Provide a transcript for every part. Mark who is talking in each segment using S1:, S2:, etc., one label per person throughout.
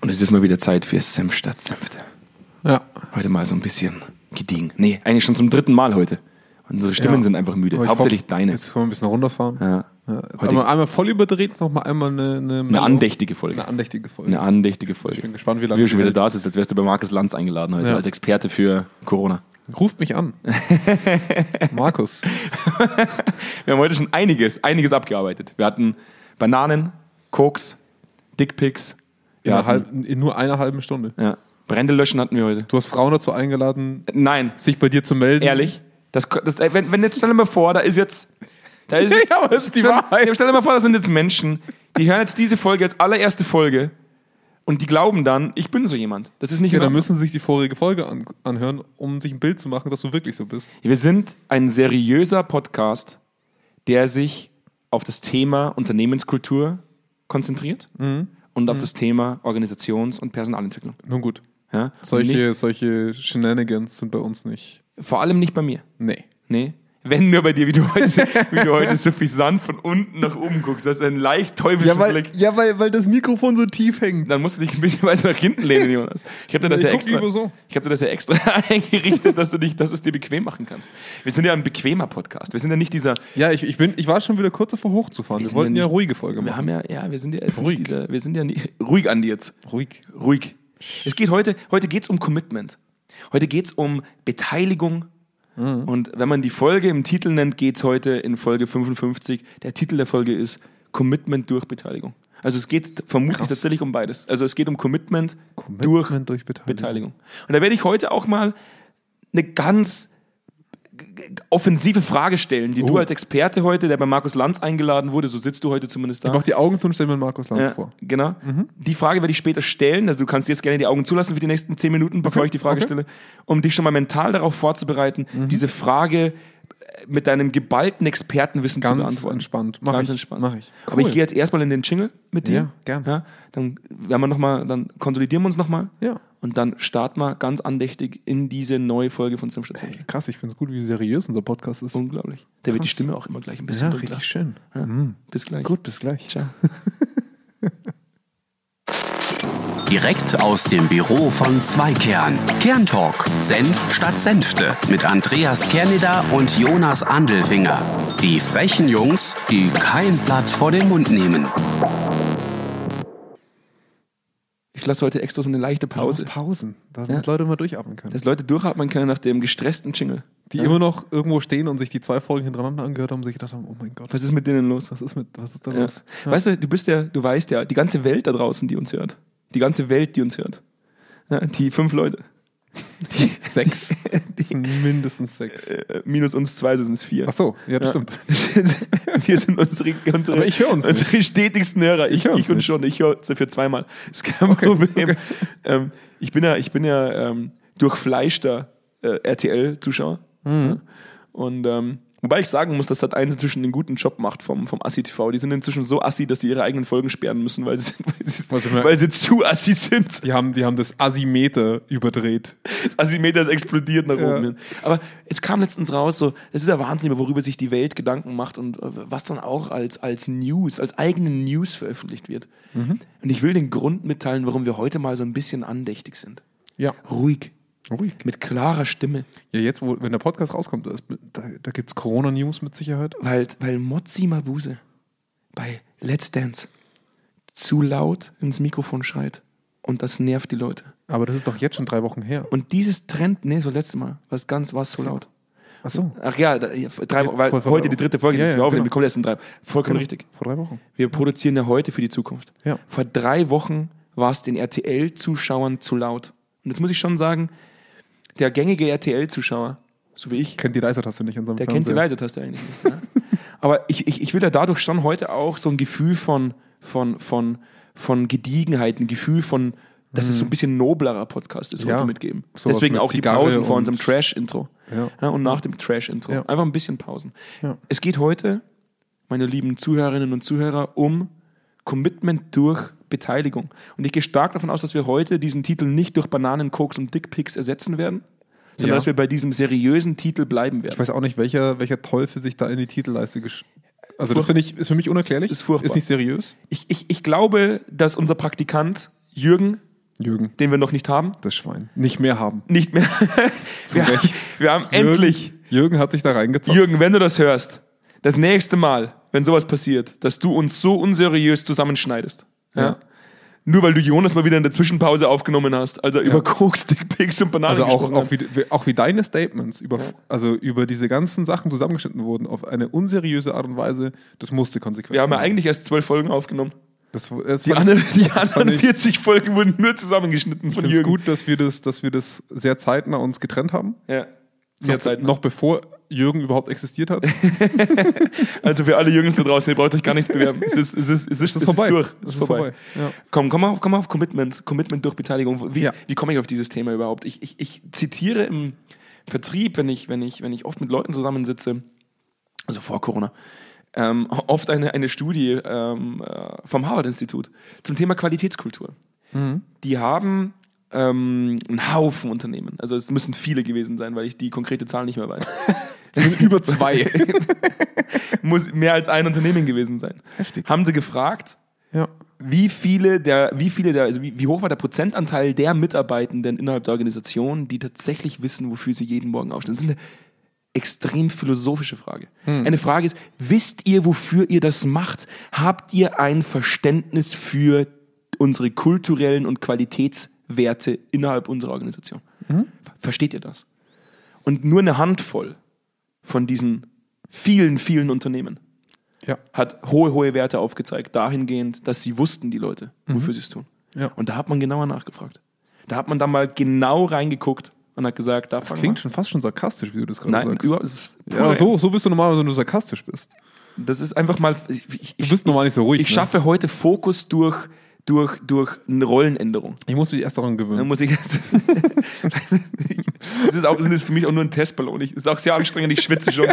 S1: Und es ist mal wieder Zeit für Senf statt Senfte.
S2: Ja.
S1: Heute mal so ein bisschen gediegen. Nee, eigentlich schon zum dritten Mal heute. Unsere Stimmen
S2: Ja.
S1: sind einfach müde.
S2: Aber ich
S1: Hauptsächlich
S2: hoffe,
S1: deine.
S2: Jetzt können wir ein bisschen runterfahren.
S1: Ja.
S2: Ja, jetzt
S1: Heute-
S2: einmal, einmal voll überdreht, nochmal einmal eine, eine,
S1: Eine andächtige Folge.
S2: eine andächtige Folge.
S1: Eine andächtige Folge.
S2: Ich bin gespannt, wie
S1: wie
S2: lange
S1: du schon
S2: sie
S1: wieder
S2: hält.
S1: da sitzt, als wärst du bei Markus Lanz eingeladen heute,
S2: Ja.
S1: als Experte für Corona.
S2: Ruft mich an. Markus.
S1: Wir haben heute schon einiges, einiges abgearbeitet. Wir hatten Bananen, Koks, Dickpics, wir
S2: In, einer
S1: hatten,
S2: halben, in nur einer halben Stunde.
S1: ja, Brände löschen hatten wir heute.
S2: Du hast Frauen dazu eingeladen,
S1: Nein,
S2: sich bei dir zu melden.
S1: ehrlich. Das, das, wenn, wenn jetzt, stell dir mal vor, da ist jetzt. Da ist jetzt
S2: Ja, aber das ist die
S1: stell,
S2: Wahrheit.
S1: Stell dir mal vor, das sind jetzt Menschen, die hören jetzt diese Folge als allererste Folge und die glauben dann, ich bin so jemand. Das ist nicht
S2: Ja,
S1: in
S2: dann
S1: Ordnung.
S2: müssen sie sich die vorige Folge an, anhören, um sich ein Bild zu machen, dass du wirklich so bist.
S1: Wir sind ein seriöser Podcast, der sich auf das Thema Unternehmenskultur konzentriert
S2: Mhm.
S1: und auf das Thema Organisations- und Personalentwicklung.
S2: Nun gut.
S1: Ja? Und
S2: Solche, solche Shenanigans sind bei uns nicht.
S1: Nicht, vor allem nicht bei mir.
S2: Nee.
S1: Nee. Wenn nur bei dir, wie du heute, wie du heute so suffisant von unten nach oben guckst. Das ist ein leicht teuflischer Blick.
S2: ja weil, weil das Mikrofon so tief hängt.
S1: Dann musst du dich ein bisschen weiter nach hinten lehnen, Jonas. Ich habe dir das
S2: Ich
S1: ja
S2: guck
S1: extra,
S2: lieber so.
S1: ich hab dir das ja extra eingerichtet, dass du dich, dass du es dir bequem machen kannst. Wir sind ja ein bequemer Podcast. Wir sind ja nicht dieser
S2: Ja, ich, ich, bin, ich war schon wieder kurz davor hochzufahren. Wir,
S1: sind
S2: wollten
S1: ja
S2: ja,
S1: nicht-
S2: ruhige Folge
S1: Wir
S2: machen.
S1: haben ja, ja, wir sind ja jetzt
S2: Ruhig.
S1: nicht dieser, wir sind ja nicht, ruhig Andi jetzt.
S2: Ruhig.
S1: Ruhig. Es geht heute, heute geht's um Commitment. Heute geht's um Beteiligung. Und wenn man die Folge im Titel nennt, geht's heute in Folge 55. Der Titel der Folge ist Commitment durch Beteiligung. Also es geht vermutlich
S2: Krass.
S1: tatsächlich um beides. Also es geht um Commitment, durch
S2: Commitment durch Beteiligung.
S1: Beteiligung. Und da werde ich heute auch mal eine ganz g- g- offensive Frage stellen, die du als Experte heute, der bei Markus Lanz eingeladen wurde, so sitzt du heute zumindest da.
S2: Mach die Augen zu und stell mir Markus Lanz
S1: Ja,
S2: vor. Mhm.
S1: Genau. Die Frage werde ich später stellen. Also du kannst jetzt gerne die Augen zulassen für die nächsten zehn Minuten, bevor ich die Frage
S2: okay. Mhm.
S1: stelle, um dich schon mal mental darauf vorzubereiten, diese Frage äh, mit deinem geballten Expertenwissen zu
S2: Ganz
S1: beantworten.
S2: entspannt. Mach
S1: Ganz
S2: ich.
S1: entspannt.
S2: Mach ich.
S1: Aber ich
S2: Cool.
S1: gehe jetzt erstmal in den Jingle mit dir.
S2: Ja, gern.
S1: Ja, dann werden wir noch mal, dann konsolidieren wir uns nochmal.
S2: Ja.
S1: Und dann starten wir ganz andächtig in diese neue Folge von Zimtstation.
S2: Ey, krass, ich finde es gut, wie seriös unser Podcast ist.
S1: Unglaublich. Da wird die
S2: Krass.
S1: Stimme auch immer gleich ein
S2: ja,
S1: bisschen dunkler.
S2: richtig schön.
S1: Ja.
S2: Mhm.
S1: Bis gleich.
S2: Gut, bis gleich.
S1: Ciao.
S3: Direkt aus dem Büro von Zweikern. Kerntalk. Senf statt Senfte. Mit Andreas Kerneder und Jonas Andelfinger. Die frechen Jungs, die kein Blatt vor den Mund nehmen.
S1: Ich lasse heute extra so eine leichte Pause.
S2: Pausen, damit Leute mal durchatmen können.
S1: dass Leute durchatmen können nach dem gestressten Jingle.
S2: die immer noch irgendwo stehen und sich die zwei Folgen hintereinander angehört haben und sich gedacht haben, oh mein Gott,
S1: Was ist mit denen los?
S2: was ist mit, was ist da
S1: Ja.
S2: los? Ja.
S1: Weißt du, du bist ja, du weißt ja, die ganze Welt da draußen, die uns hört. Die ganze Welt, die uns hört. Ja, die fünf Leute.
S2: Sechs. Das sind mindestens sechs.
S1: Äh, minus uns zwei sind es vier.
S2: Ach so, ja, das stimmt.
S1: Wir sind unsere, unsere,
S2: Aber ich hör uns nicht.
S1: unsere stetigsten Hörer. Ich,
S2: hör
S1: ich,
S2: uns
S1: und
S2: nicht.
S1: schon, ich höre dafür zweimal. Ist kein Problem. Ähm, ich bin ja, ich bin ja ähm, durchfleischter äh, RTL-Zuschauer.
S2: Mhm.
S1: Ja. Und ähm, wobei ich sagen muss, dass Sat 1 inzwischen einen guten Job macht vom, vom Assi TV. Die sind inzwischen so assi, dass sie ihre eigenen Folgen sperren müssen, weil sie, weil sie,
S2: Was ich meine-
S1: weil sie zu assi sind.
S2: Die haben, die haben das Asimeter überdreht.
S1: Also die Meter ist explodiert nach
S2: Ja.
S1: oben hin. Aber es kam letztens raus, so, das ist ja Wahnsinn, worüber sich die Welt Gedanken macht und äh, was dann auch als, als News, als eigene News veröffentlicht wird. Und ich will den Grund mitteilen, warum wir heute mal so ein bisschen andächtig sind.
S2: Ja.
S1: Ruhig,
S2: Ruhig.
S1: mit klarer Stimme.
S2: Ja, jetzt, wo, wenn der Podcast rauskommt, da, ist- da, da gibt es Corona-News mit Sicherheit.
S1: Weil, weil Mozzi Mabuse bei Let's Dance zu laut ins Mikrofon schreit. Und das nervt die Leute.
S2: Aber das ist doch jetzt schon drei Wochen her.
S1: Und dieses Trend, nee, so letztes Mal, was ganz, war es so laut.
S2: Ach so,
S1: Ach ja, da, ja, drei,
S2: Jetzt
S1: weil
S2: vor- vor
S1: heute
S2: drei
S1: die dritte Folge,
S2: Wochen.
S1: die
S2: Ja,
S1: wir
S2: ja,
S1: aufnehmen,
S2: genau.
S1: die kommt erst in drei. Vollkommen richtig.
S2: vor drei Wochen.
S1: Wir produzieren ja heute für die Zukunft.
S2: Ja.
S1: Vor drei Wochen war es den RTL-Zuschauern zu laut. Und jetzt muss ich schon sagen, der gängige RTL-Zuschauer, so wie ich,
S2: Kennt die Leise-Taste nicht in unserem
S1: der kennt die
S2: Fernseher.
S1: Leisetaste eigentlich nicht. Ne? Aber ich, ich, ich will ja dadurch schon heute auch so ein Gefühl von, von, von, von Gediegenheit, ein Gefühl von, dass es so ein bisschen noblerer Podcast ist,
S2: Mhm. Ja.
S1: heute mitgeben.
S2: Sowas
S1: Deswegen
S2: mit
S1: auch die
S2: Zigarre
S1: Pausen vor
S2: und-
S1: unserem Trash-Intro.
S2: Ja.
S1: und nach dem Trash-Intro.
S2: Ja.
S1: Einfach ein bisschen Pausen.
S2: Ja.
S1: Es geht heute, meine lieben Zuhörerinnen und Zuhörer, um Commitment durch Beteiligung. Und ich gehe stark davon aus, dass wir heute diesen Titel nicht durch Bananen, Koks und Dickpics ersetzen werden, sondern
S2: Ja.
S1: dass wir bei diesem seriösen Titel bleiben werden.
S2: Ich weiß auch nicht, welcher, welcher Teufel sich da in die Titelleiste gesch... Also das finde ich, ist für mich unerklärlich.
S1: Ist furchtbar.
S2: Ist nicht seriös.
S1: Ich, ich, ich glaube, dass unser Praktikant Jürgen
S2: Jürgen,
S1: den wir noch nicht haben.
S2: das Schwein. Nicht mehr haben.
S1: Nicht mehr. wir, haben-
S2: Recht.
S1: wir haben endlich.
S2: Jürgen, Jürgen hat sich da reingezockt.
S1: Jürgen, wenn du das hörst, das nächste Mal, wenn sowas passiert, dass du uns so unseriös zusammenschneidest. Ja.
S2: Ja.
S1: Nur weil du Jonas mal wieder in der Zwischenpause aufgenommen hast, also über Koks, Dickpics und Bananen
S2: Also auch,
S1: gesprochen
S2: auch,
S1: hat.
S2: wie, wie- auch wie deine Statements über, also über diese ganzen Sachen zusammengeschnitten wurden auf eine unseriöse Art und Weise, das musste Konsequenzen
S1: Wir haben ja eigentlich erst zwölf Folgen aufgenommen.
S2: Das, das
S1: Die
S2: fand-
S1: anderen, die
S2: fand
S1: anderen
S2: ich-
S1: 40 Folgen wurden nur zusammengeschnitten
S2: Ich
S1: von
S2: finde es
S1: Jürgen.
S2: gut, dass wir, das, dass wir das sehr zeitnah uns getrennt haben.
S1: Ja.
S2: noch,
S1: Sehr Zeit.
S2: Noch bevor Jürgen überhaupt existiert hat.
S1: Also für alle Jürgens da draußen, ihr braucht euch gar nichts bewerben. Es ist, es ist, es ist, es ist
S2: vorbei.
S1: durch.
S2: Es ist vorbei. Ja.
S1: Komm, komm mal auf, komm mal auf Commitment. Commitment durch Beteiligung. Wie,
S2: Ja.
S1: wie komme ich auf dieses Thema überhaupt? Ich, ich, ich zitiere im Vertrieb, wenn ich, wenn, ich, wenn ich oft mit Leuten zusammensitze, also vor Corona, ähm, oft eine, eine Studie ähm, äh, vom Harvard-Institut zum Thema Qualitätskultur.
S2: Mhm.
S1: Die haben ähm, einen Haufen Unternehmen. Also es müssen viele gewesen sein, weil ich die konkrete Zahl nicht mehr weiß.
S2: Über zwei.
S1: Muss mehr als ein Unternehmen gewesen sein.
S2: Heftig.
S1: Haben sie gefragt,
S2: ja.
S1: wie viele der, wie viele der, also wie, wie hoch war der Prozentanteil der Mitarbeitenden innerhalb der Organisation, die tatsächlich wissen, wofür sie jeden Morgen aufstehen? Das ist eine extrem philosophische Frage. Eine Frage ist, wisst ihr, wofür ihr das macht? Habt ihr ein Verständnis für unsere kulturellen und Qualitätswerte innerhalb unserer Organisation? Versteht ihr das? Und nur eine Handvoll von diesen vielen, vielen Unternehmen
S2: Ja.
S1: hat hohe, hohe Werte aufgezeigt, dahingehend, dass sie wussten, die Leute, wofür sie es tun.
S2: Mhm. Ja.
S1: Und da hat man genauer nachgefragt. Da hat man da mal genau reingeguckt und hat gesagt, da
S2: Das
S1: fangen
S2: klingt schon fast schon sarkastisch, wie du das
S1: wir.
S2: gerade
S1: Nein,
S2: sagst.
S1: überhaupt, das ist,
S2: ja, so, so bist du normal, wenn du sarkastisch bist.
S1: das ist einfach mal. Ich, ich,
S2: Du bist normal nicht so ruhig.
S1: ich
S2: ne?
S1: schaffe heute Fokus durch, durch, durch eine Rollenänderung.
S2: Ich muss mich erst daran
S1: Dann
S2: gewöhnen.
S1: muss ich. das, ist auch, das ist für mich auch nur ein Testballon. Ich, ist auch sehr anstrengend, ich schwitze schon.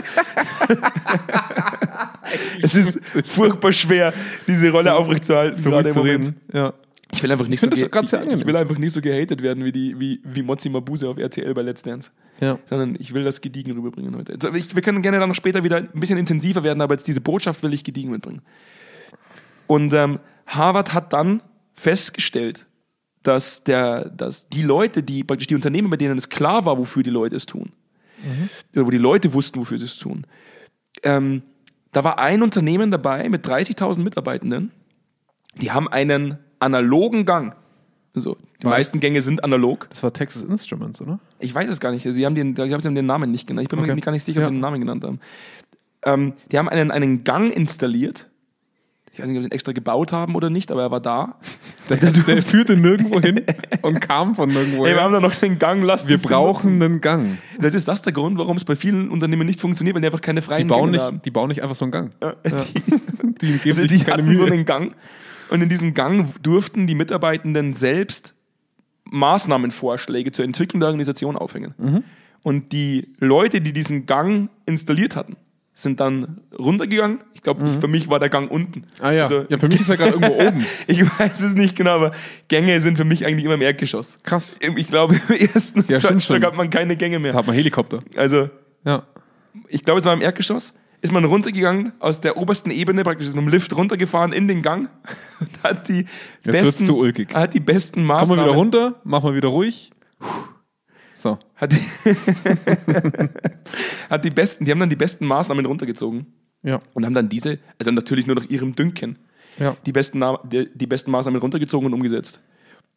S1: es ist furchtbar schwer, diese Rolle aufrechtzuerhalten. gerade im Moment.
S2: Ja.
S1: Ich will einfach nicht, so,
S2: find das
S1: ge
S2: ganz sehr
S1: ich,
S2: angenehm.
S1: ich will einfach nicht so gehatet werden wie, die, wie, wie Mozi Mabuse auf RTL bei Let's Dance.
S2: Ja.
S1: Sondern ich will das gediegen rüberbringen heute. Also ich, wir können gerne dann noch später wieder ein bisschen intensiver werden, aber jetzt diese Botschaft will ich gediegen mitbringen. Und ähm, Harvard hat dann festgestellt, dass, der, dass die Leute, die praktisch die Unternehmen, bei denen es klar war, wofür die Leute es tun,
S2: Mhm.
S1: oder wo die Leute wussten, wofür sie es tun, ähm, da war ein Unternehmen dabei mit 30.000 Mitarbeitenden, die haben einen analogen Gang. Also, die
S2: Was?
S1: meisten Gänge sind analog.
S2: Das war Texas Instruments, oder?
S1: Ich weiß es gar nicht. Sie haben den, ich habe den Namen nicht genannt. Ich bin mir
S2: Okay.
S1: gar nicht sicher, ob
S2: Ja.
S1: sie den Namen genannt haben. Ähm, die haben einen, einen Gang installiert. Ich weiß nicht, ob sie ihn extra gebaut haben oder nicht, aber er war da.
S2: Der, führte nirgendwo hin und kam von nirgendwo
S1: Ey, wir haben da noch den Gang lassen.
S2: Wir brauchen einen Gang.
S1: Das ist das der Grund, warum es bei vielen Unternehmen nicht funktioniert, weil die einfach keine
S2: Die
S1: freien
S2: bauen,
S1: Gänge
S2: nicht, die bauen nicht einfach so einen Gang.
S1: haben. Ja.
S2: Die geben
S1: Also
S2: sich
S1: die
S2: keine
S1: hatten
S2: Mühe.
S1: so einen Gang und in diesem Gang durften die Mitarbeitenden selbst Maßnahmenvorschläge zur Entwicklung der Organisation aufhängen.
S2: Mhm.
S1: Und die Leute, die diesen Gang installiert hatten, sind dann runtergegangen. Ich glaube, für mich war der Gang unten.
S2: Mhm. ah ja.
S1: Also,
S2: ja, für mich ist er gerade irgendwo oben.
S1: ich weiß es nicht genau, aber Gänge sind für mich eigentlich immer im Erdgeschoss.
S2: Krass.
S1: Ich glaube, im ersten und
S2: Ja,
S1: zweiten
S2: stimmt,
S1: Stock
S2: stimmt.
S1: hat man keine Gänge
S2: Da
S1: mehr.
S2: hat man Helikopter.
S1: Also
S2: Ja.
S1: ich glaube, es war im Erdgeschoss, ist man runtergegangen, aus der obersten Ebene praktisch ist mit dem Lift runtergefahren in den Gang und hat die
S2: wird's
S1: besten,
S2: zu ulkig.
S1: hat die besten
S2: Komm mal
S1: Maßnahmen,
S2: wieder runter, mach mal wieder ruhig. So.
S1: Hat, die hat die besten, die haben dann die besten Maßnahmen runtergezogen
S2: Ja.
S1: und haben dann diese, also natürlich nur nach ihrem Dünken,
S2: Ja.
S1: die besten, Na- die, die besten Maßnahmen runtergezogen und umgesetzt.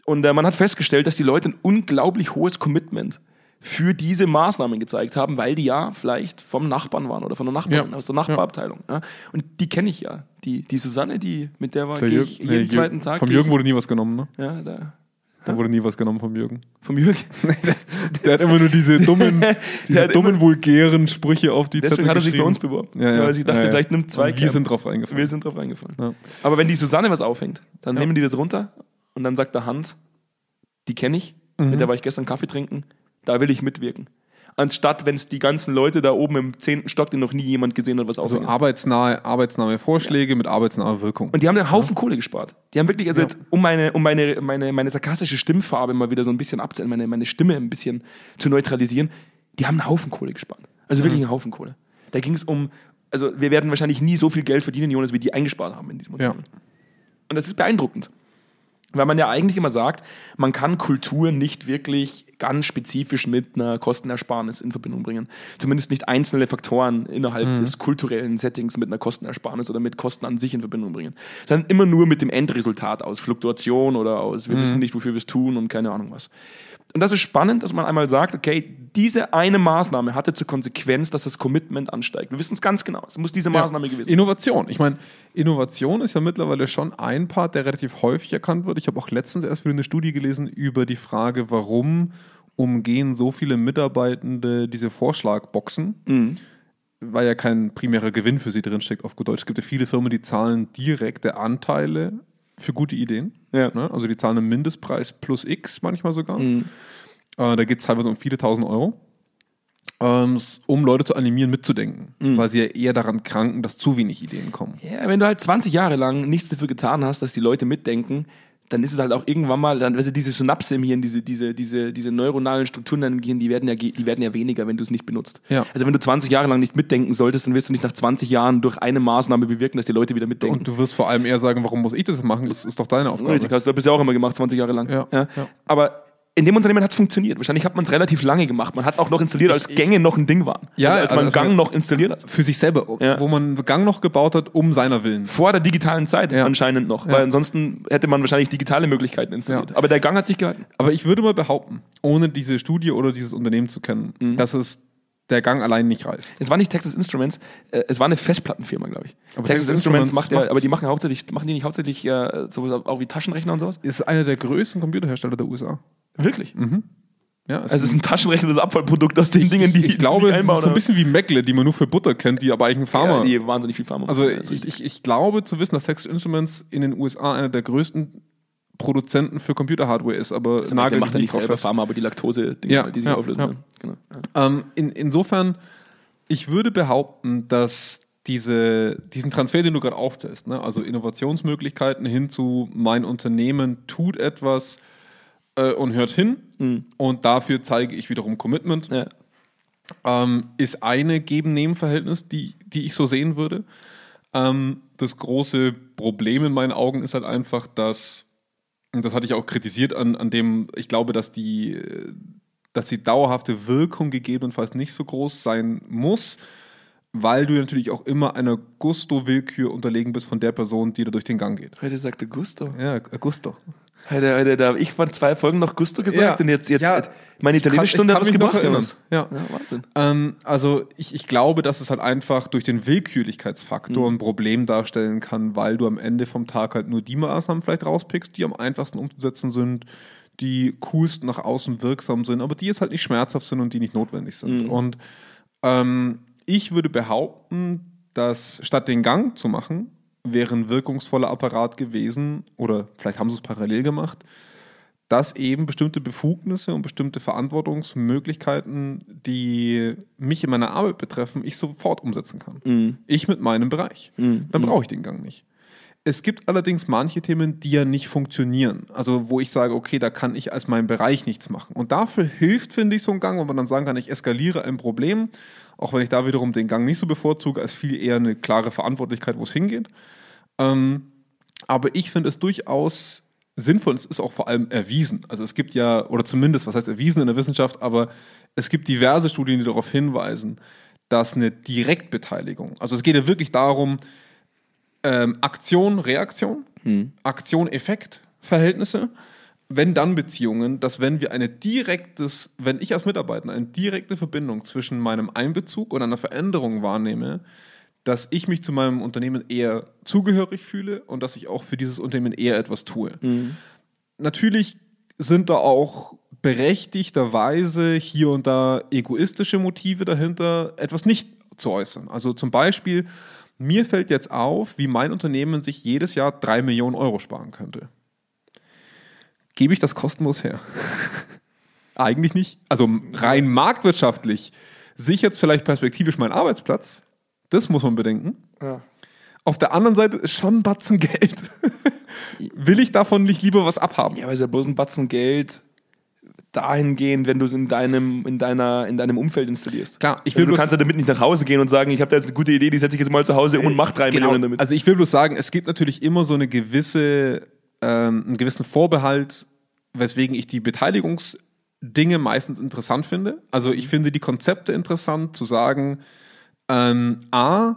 S1: Und äh, man hat festgestellt, dass die Leute ein unglaublich hohes Commitment für diese Maßnahmen gezeigt haben, weil die ja vielleicht vom Nachbarn waren oder von der Nachbarin,
S2: Ja.
S1: aus der Nachbarabteilung. Ja. Und die kenne ich ja. Die, die Susanne, die, mit der war
S2: Der
S1: gehe
S2: Jürg-
S1: ich
S2: nee,
S1: jeden
S2: Jürg-
S1: zweiten Tag.
S2: Vom
S1: gehe
S2: Jürgen wurde nie was genommen, ne?
S1: Ich, ja, da,
S2: Da wurde nie was genommen vom Jürgen.
S1: vom Jürgen.
S2: Der hat immer nur diese dummen, diese
S1: hat
S2: dummen vulgären Sprüche auf die
S1: Deswegen
S2: Zettel
S1: hat er sich bei
S2: geschrieben.
S1: uns beworben.
S2: Ja, ja.
S1: Weil ich dachte,
S2: ja, ja.
S1: vielleicht nimmt zwei
S2: Und Wir
S1: Kern.
S2: sind drauf reingefallen.
S1: Wir sind drauf reingefallen.
S2: Ja.
S1: Aber wenn die Susanne was aufhängt, dann nehmen die das runter und dann sagt der Hans, die kenne ich,
S2: Mhm.
S1: mit der war ich gestern Kaffee trinken, da will ich mitwirken. Anstatt, wenn es die ganzen Leute da oben im 10. Stock, den noch nie jemand gesehen hat, was
S2: Also
S1: aufhängen.
S2: arbeitsnahe, arbeitsnahe Vorschläge mit arbeitsnaher Wirkung.
S1: und die haben einen Haufen Kohle gespart. Die haben wirklich, also
S2: Ja.
S1: jetzt, um meine, um meine, meine, meine sarkastische Stimmfarbe mal wieder so ein bisschen abzuändern, meine, meine Stimme ein bisschen zu neutralisieren, die haben einen Haufen Kohle gespart. Also wirklich einen Haufen Kohle. Da ging es um, also wir werden wahrscheinlich nie so viel Geld verdienen, Jonas, wie die eingespart haben in diesem
S2: ja.
S1: Unternehmen. Und das ist beeindruckend. Weil man ja eigentlich immer sagt, man kann Kultur nicht wirklich ganz spezifisch mit einer Kostenersparnis in Verbindung bringen. Zumindest nicht einzelne Faktoren innerhalb des kulturellen Settings mit einer Kostenersparnis oder mit Kosten an sich in Verbindung bringen. Sondern immer nur mit dem Endresultat aus Fluktuation oder aus, wir wissen nicht, wofür wir es tun und keine Ahnung was. Und das ist spannend, dass man einmal sagt, okay, diese eine Maßnahme hatte zur Konsequenz, dass das Commitment ansteigt. Wir wissen es ganz genau. Es muss diese Maßnahme gewesen sein.
S2: Innovation. Ich meine, Innovation ist ja mittlerweile schon ein Part, der relativ häufig erkannt wird. Ich habe auch letztens erst wieder eine Studie gelesen über die Frage, warum umgehen so viele Mitarbeitende diese Vorschlagboxen,
S1: Mhm.
S2: weil ja kein primärer Gewinn für sie drinsteckt auf gut Deutsch. Es gibt ja viele Firmen, die zahlen direkte Anteile für gute Ideen.
S1: Ja. Mhm.
S2: Ne? Also die zahlen einen Mindestpreis plus X manchmal sogar. Äh, da geht es teilweise um viele tausend Euro, ähm, s- um Leute zu animieren, mitzudenken,
S1: Mhm.
S2: weil sie ja eher daran kranken, dass zu wenig Ideen kommen.
S1: Ja, wenn du halt 20 Jahre lang nichts dafür getan hast, dass die Leute mitdenken, dann ist es halt auch irgendwann mal, dann also diese Synapse im Hirn, diese, diese, diese, diese neuronalen Strukturen in deinem Gehirn, die werden ja, ge- die werden ja weniger, wenn du es nicht benutzt.
S2: Ja.
S1: Also wenn du 20 Jahre lang nicht mitdenken solltest, dann wirst du nicht nach 20 Jahren durch eine Maßnahme bewirken, dass die Leute wieder mitdenken.
S2: Und du wirst vor allem eher sagen, warum muss ich das machen? Das ist doch deine Aufgabe.
S1: Richtig, hast du das ja auch immer gemacht, 20 Jahre lang.
S2: Ja, ja.
S1: Aber in dem Unternehmen hat es funktioniert. Wahrscheinlich hat man es relativ lange gemacht. Man hat es auch noch installiert, als Gänge noch ein Ding waren.
S2: Ja,
S1: also, als man
S2: also-
S1: Gang noch installiert hat.
S2: Für sich selber,
S1: Ja.
S2: wo man einen Gang noch gebaut hat, um seiner Willen.
S1: Vor der digitalen Zeit
S2: Ja.
S1: anscheinend noch, weil ansonsten hätte man wahrscheinlich digitale Möglichkeiten installiert.
S2: Ja.
S1: Aber der Gang hat sich gehalten.
S2: Aber ich würde mal behaupten, ohne diese Studie oder dieses Unternehmen zu kennen, dass es der Gang allein nicht reißt.
S1: Es war nicht Texas Instruments, äh, es war eine Festplattenfirma, glaube ich.
S2: Aber
S1: Texas,
S2: Texas
S1: Instruments,
S2: Instruments
S1: macht ja,
S2: macht's.
S1: aber die machen hauptsächlich, machen die nicht hauptsächlich äh, sowas auch wie Taschenrechner und sowas?
S2: Ist einer der größten Computerhersteller der USA.
S1: Wirklich?
S2: Ja, es
S1: Also es ist ein Taschenrechner, das Abfallprodukt aus den Dingen, die
S2: Mhm. ich glaube,
S1: die
S2: es ist so ein bisschen wie Meckle, die man nur für Butter kennt, die aber eigentlich ein
S1: ja,
S2: Farmer.
S1: die wahnsinnig viel Farmer.
S2: also
S1: machen. Das ist
S2: ich, ich, ich glaube zu wissen, dass Texas Instruments in den USA einer der größten Produzenten für Computerhardware ist, aber
S1: Der
S2: nagelt
S1: macht ja nicht
S2: mich nicht drauf
S1: selber
S2: fest.
S1: Pharma, aber die Laktose,
S2: Ja,
S1: die sich
S2: ja,
S1: auflösen.
S2: ja.
S1: ne? Genau.
S2: Ähm, in, insofern, ich würde behaupten, dass diese, diesen Transfer, den du gerade aufstellst, ne, also Innovationsmöglichkeiten hin zu mein Unternehmen tut etwas äh, und hört hin und dafür zeige ich wiederum Commitment,
S1: Ja.
S2: ähm, ist eine Geben-Nehmen-Verhältnis, die, die ich so sehen würde. Ähm, das große Problem in meinen Augen ist halt einfach, dass, und das hatte ich auch kritisiert, an, an dem ich glaube, dass die, äh, dass die dauerhafte Wirkung gegebenenfalls nicht so groß sein muss, weil du natürlich auch immer einer Gusto-Willkür unterlegen bist von der Person, die da durch den Gang geht.
S1: Heute sagte Gusto.
S2: Ja, Gusto.
S1: Heute, heute, da, ich war zwei Folgen noch Gusto gesagt
S2: Ja.
S1: und jetzt, jetzt
S2: Ja.
S1: meine italienische Stunde hat was gebracht. Jonas.
S2: Ja.
S1: ja, Wahnsinn.
S2: Ähm, also ich, ich glaube, dass es halt einfach durch den Willkürlichkeitsfaktor ein Problem darstellen kann, weil du am Ende vom Tag halt nur die Maßnahmen vielleicht rauspickst, die am einfachsten umzusetzen sind, die coolsten nach außen wirksam sind, aber die jetzt halt nicht schmerzhaft sind und die nicht notwendig sind. Und ähm, ich würde behaupten, dass statt den Gang zu machen, wäre ein wirkungsvoller Apparat gewesen, oder vielleicht haben sie es parallel gemacht, dass eben bestimmte Befugnisse und bestimmte Verantwortungsmöglichkeiten, die mich in meiner Arbeit betreffen, ich sofort umsetzen kann. Ich mit meinem Bereich. Dann brauche ich den Gang nicht. Es gibt allerdings manche Themen, die ja nicht funktionieren. Also wo ich sage, okay, da kann ich als mein Bereich nichts machen. Und dafür hilft, finde ich, so ein Gang, wo man dann sagen kann, ich eskaliere ein Problem, auch wenn ich da wiederum den Gang nicht so bevorzuge, als viel eher eine klare Verantwortlichkeit, wo es hingeht. Aber ich finde es durchaus sinnvoll und es ist auch vor allem erwiesen. Also es gibt ja, oder zumindest, was heißt erwiesen in der Wissenschaft, aber es gibt diverse Studien, die darauf hinweisen, dass eine Direktbeteiligung, also es geht ja wirklich darum, ähm, Aktion, Reaktion, Aktion, Effekt, Verhältnisse, wenn dann Beziehungen, dass wenn wir eine direktes, wenn ich als Mitarbeiter eine direkte Verbindung zwischen meinem Einbezug und einer Veränderung wahrnehme, dass ich mich zu meinem Unternehmen eher zugehörig fühle und dass ich auch für dieses Unternehmen eher etwas tue. Natürlich sind da auch berechtigterweise hier und da egoistische Motive dahinter, etwas nicht zu äußern. Also zum Beispiel, mir fällt jetzt auf, wie mein Unternehmen sich jedes Jahr drei Millionen Euro sparen könnte. Gebe ich das kostenlos her? Eigentlich nicht. Also rein marktwirtschaftlich sichert es vielleicht perspektivisch meinen Arbeitsplatz. Das muss man bedenken.
S1: Ja.
S2: Auf der anderen Seite ist schon ein Batzen Geld. Will ich davon nicht lieber was abhaben?
S1: Ja, aber ist ja bloß ein Batzen Geld dahingehend, wenn du es in deinem, in deiner, in deinem Umfeld installierst.
S2: Klar, ich
S1: also
S2: will
S1: du
S2: bloß-
S1: kannst ja damit nicht nach Hause gehen und sagen, ich habe da jetzt eine gute Idee, Genau.
S2: Genau.
S1: die setze ich jetzt mal zu Hause um und mach drei Millionen damit.
S2: Also ich will bloß sagen, es gibt natürlich immer so eine gewisse ähm, einen gewissen Vorbehalt, weswegen ich die Beteiligungsdinge meistens interessant finde. Also ich finde die Konzepte interessant, zu sagen, ähm, a,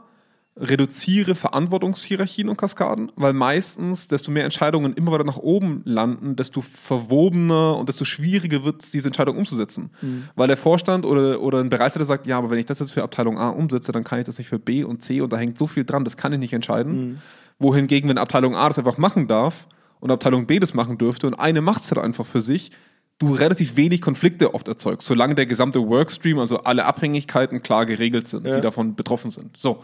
S2: reduziere Verantwortungshierarchien und Kaskaden, weil meistens, desto mehr Entscheidungen immer weiter nach oben landen, desto verwobener und desto schwieriger wird es, diese Entscheidung umzusetzen. Weil der Vorstand oder, oder ein Bereichsleiter sagt, ja, aber wenn ich das jetzt für Abteilung A umsetze, dann kann ich das nicht für B und C und da hängt so viel dran, das kann ich nicht entscheiden. Wohingegen, wenn Abteilung A das einfach machen darf und Abteilung B das machen dürfte und eine macht es halt einfach für sich, du relativ wenig Konflikte oft erzeugst, solange der gesamte Workstream, also alle Abhängigkeiten klar geregelt sind, die davon betroffen sind. So.